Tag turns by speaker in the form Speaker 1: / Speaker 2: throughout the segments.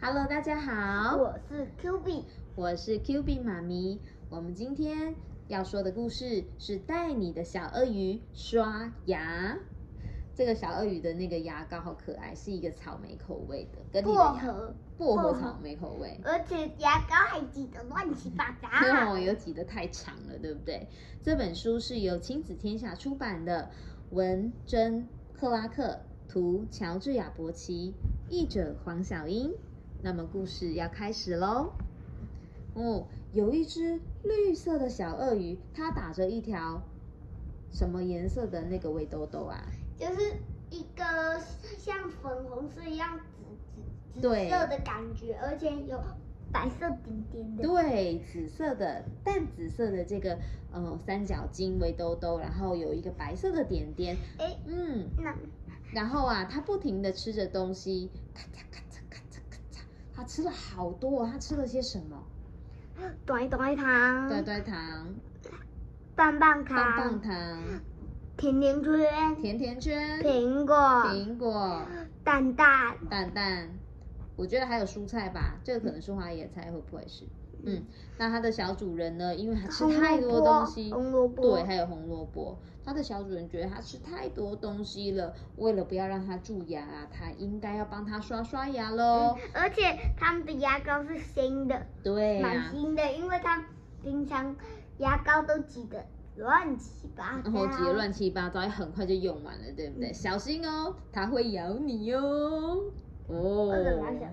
Speaker 1: Hello，大家好，
Speaker 2: 我是 Q B，
Speaker 1: 我是 Q B 妈咪。我们今天要说的故事是带你的小鳄鱼刷牙。这个小鳄鱼的那个牙膏好可爱，是一个草莓口味的，跟你的
Speaker 2: 薄
Speaker 1: 牙
Speaker 2: 荷，
Speaker 1: 薄荷
Speaker 2: 薄荷
Speaker 1: 草莓口味。
Speaker 2: 而且牙膏还挤得乱七八糟。
Speaker 1: 我有挤得太长了，对不对？这本书是由亲子天下出版的，文珍·克拉克，图乔治亚伯奇，译者黄晓英。那么故事要开始喽。哦，有一只绿色的小鳄鱼，它打着一条什么颜色的那个围兜兜啊？
Speaker 2: 就是一个像粉红色一样紫紫
Speaker 1: 对
Speaker 2: 紫色的感觉，而且有白色点点的。
Speaker 1: 对，紫色的淡紫色的这个呃三角巾围兜兜，然后有一个白色的点点。
Speaker 2: 哎，
Speaker 1: 嗯，
Speaker 2: 那
Speaker 1: 然后啊，它不停的吃着东西，咔嚓咔嚓咔嚓咔嚓，它吃了好多、哦，它吃了些什么？
Speaker 2: 短一短一糖，
Speaker 1: 对对糖、
Speaker 2: 棒棒糖，
Speaker 1: 棒棒糖、
Speaker 2: 甜甜圈，
Speaker 1: 甜甜圈、
Speaker 2: 苹果，
Speaker 1: 苹果、
Speaker 2: 蛋蛋，
Speaker 1: 蛋蛋，我觉得还有蔬菜吧，这个可能是花野菜，会不会是？嗯，那它的小主人呢？因为它吃
Speaker 2: 红
Speaker 1: 太
Speaker 2: 萝
Speaker 1: 多
Speaker 2: 卜
Speaker 1: 东西，
Speaker 2: 红萝卜
Speaker 1: 对，还有红萝卜。它的小主人觉得它吃太多东西了，为了不要让它蛀牙啊，它应该要帮它刷刷牙喽。
Speaker 2: 而且他们的牙膏是新的，
Speaker 1: 对啊呀、
Speaker 2: 蛮新的，因为他平常牙膏都挤得乱七八糟，
Speaker 1: 然后直接哦乱七八糟，很快就用完了，对不对？
Speaker 2: 啊嗯
Speaker 1: 小心哦，它会咬你哦。
Speaker 2: 我
Speaker 1: 哦
Speaker 2: 怎么想？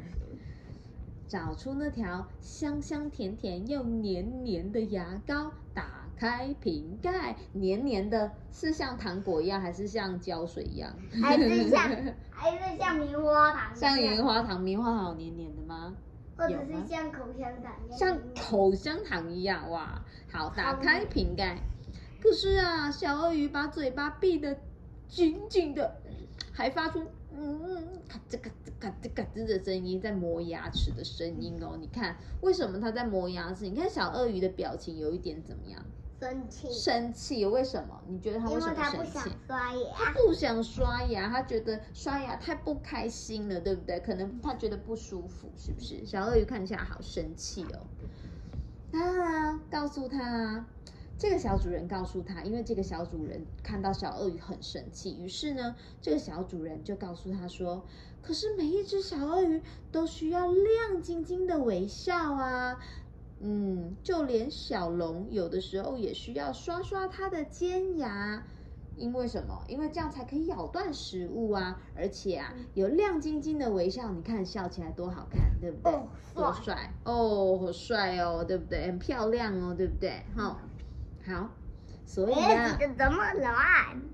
Speaker 1: 找出那条香香甜甜又黏黏的牙膏，打开瓶盖，黏黏的，是像糖果一样，还是像胶水一样？
Speaker 2: 还是像还是像棉花糖一样，
Speaker 1: 像棉花糖，棉花糖有黏黏的吗？
Speaker 2: 或者
Speaker 1: 有吗
Speaker 2: 是像口香糖一样，
Speaker 1: 像口香糖一样哇！好，打
Speaker 2: 好
Speaker 1: 开瓶盖。可是啊，小鳄鱼把嘴巴闭得紧紧的，还发出嗯嗯咔吱咔吱咔吱咔吱的声音，在磨牙齿的声音哦。你看，为什么它在磨牙齿？你看小鳄鱼的表情有一点怎么样？
Speaker 2: 生气，
Speaker 1: 生气？为什么？你觉得它
Speaker 2: 因
Speaker 1: 为什
Speaker 2: 为
Speaker 1: 么
Speaker 2: 他不
Speaker 1: 生
Speaker 2: 想
Speaker 1: 气？
Speaker 2: 刷牙，
Speaker 1: 他不想刷牙，他觉得刷牙太不开心了，对不对？可能他觉得不舒服，是不是？小鳄鱼看起来好生气哦。他啊，告诉他啊，这个小主人告诉他，因为这个小主人看到小鳄鱼很生气，于是呢，这个小主人就告诉他说：“可是每一只小鳄鱼都需要亮晶晶的微笑啊。”嗯，就连小龙有的时候也需要刷刷它的尖牙，因为什么？因为这样才可以咬断食物啊，而且啊，有亮晶晶的微笑，你看笑起来多好看，对不对？
Speaker 2: 哦
Speaker 1: 多
Speaker 2: 帅
Speaker 1: 帅哦，好帅哦，对不对？很漂亮哦，对不对？哈、好，所以
Speaker 2: 哎，
Speaker 1: 呢
Speaker 2: 挤，得怎么乱？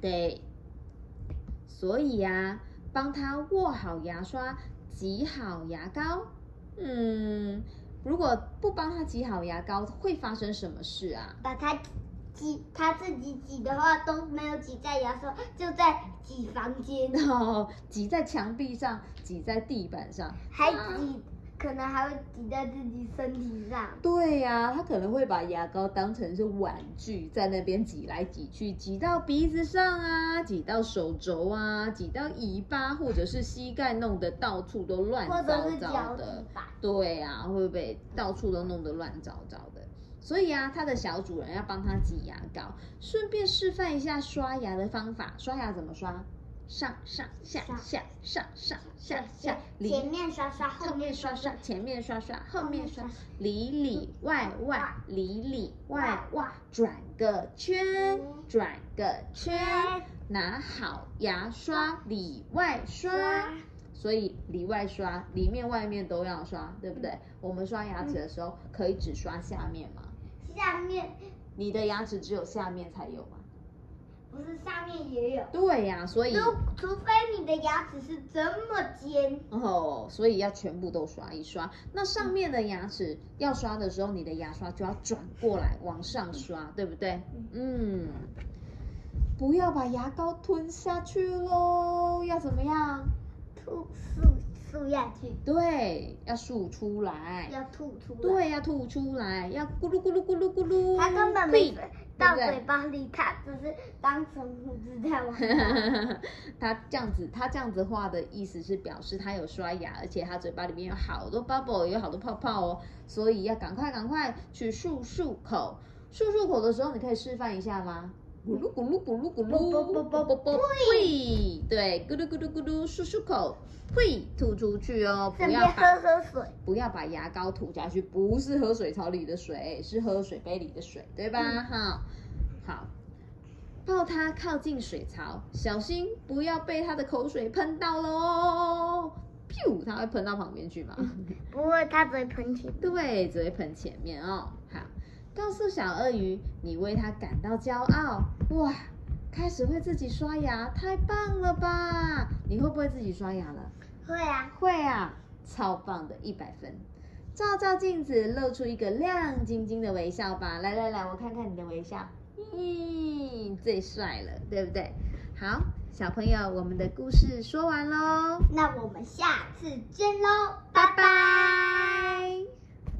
Speaker 1: 对，所以呀、帮他握好牙刷，挤好牙膏。嗯，如果不帮他挤好牙膏，会发生什么事啊？
Speaker 2: 把它挤，他自己挤的话都没有挤在牙刷，就在挤房 间，
Speaker 1: 哦，挤在墙壁上，挤在地板上，
Speaker 2: 还挤，可能还会挤在自己身体上。
Speaker 1: 对呀、他可能会把牙膏当成是玩具，在那边挤来挤去，挤到鼻子上啊，挤到手肘啊，挤到尾巴或者是膝盖，弄得到处都乱
Speaker 2: 或
Speaker 1: 糟
Speaker 2: 者是
Speaker 1: 糟
Speaker 2: 脚
Speaker 1: 的
Speaker 2: 底。吧，
Speaker 1: 对呀、会被到处都弄得乱糟糟的。所以啊，它的小主人要帮它挤牙膏，顺便示范一下刷牙的方法。刷牙怎么刷？上上下下上上下下，里
Speaker 2: 前面刷刷，后
Speaker 1: 后
Speaker 2: 面
Speaker 1: 面
Speaker 2: 刷
Speaker 1: 刷
Speaker 2: 刷
Speaker 1: 刷，，前面刷刷，后
Speaker 2: 后
Speaker 1: 面
Speaker 2: 面
Speaker 1: 刷
Speaker 2: 刷，
Speaker 1: 里里外外，里里外外，嗯转个圈，转个圈，拿好牙刷，里外刷。所以里外刷，里面外面都要刷，对不对？我们刷牙齿的时候可以只刷下面吗？
Speaker 2: 下面
Speaker 1: 你的牙齿只有下面才有吗？
Speaker 2: 不是上面也有，
Speaker 1: 对呀、所以
Speaker 2: 除除非你的牙齿是这么尖，
Speaker 1: 哦，所以要全部都刷一刷。那上面的牙齿要刷的时候，你的牙刷就要转过来往上刷，对不对？嗯，不要把牙膏吞下去喽，要怎么样？
Speaker 2: 吐吐吐下去，
Speaker 1: 对，要漱出来。
Speaker 2: 要吐出来。
Speaker 1: 对，要吐出来，要咕噜咕噜咕噜咕噜。
Speaker 2: 他根本没
Speaker 1: 呸
Speaker 2: 分，
Speaker 1: 对
Speaker 2: 到
Speaker 1: 不对
Speaker 2: 嘴巴里，它只是当成胡子在 玩它。
Speaker 1: 他这样子，他这样子画的意思是表示他有刷牙，而且他嘴巴里面有好多 bubble，有好多泡泡哦，所以要赶快赶快去漱漱口。漱漱口的时候，你可以示范一下吗？咕噜咕噜咕噜咕噜，
Speaker 2: 啵啵啵啵啵
Speaker 1: 呸！对，咕噜咕噜咕噜，漱漱口，呸，吐出去哦，不
Speaker 2: 顺
Speaker 1: 要
Speaker 2: 便
Speaker 1: 把
Speaker 2: 喝喝水，
Speaker 1: 不要把牙膏吐下去，不是喝水槽里的水，是喝水杯里的水，对吧？
Speaker 2: 嗯
Speaker 1: 哈、好，抱它靠近水槽，小心不要被它的口水喷到喽。噗，它会喷到旁边去嘛？
Speaker 2: 不过它只会喷起。
Speaker 1: 对，只会喷前面哦。好，告诉小鳄鱼，你为它感到骄傲。
Speaker 2: 啊
Speaker 1: 哇，开始会自己刷牙，太棒了吧？你会不会自己刷牙了？
Speaker 2: 会啊，
Speaker 1: 会啊，超棒的，一百分。照照镜子，露出一个亮晶晶的微笑吧。来来来，我看看你的微笑，咦，最帅了，对不对？好，小朋友，我们的故事说完喽，
Speaker 2: 那我们下次见喽，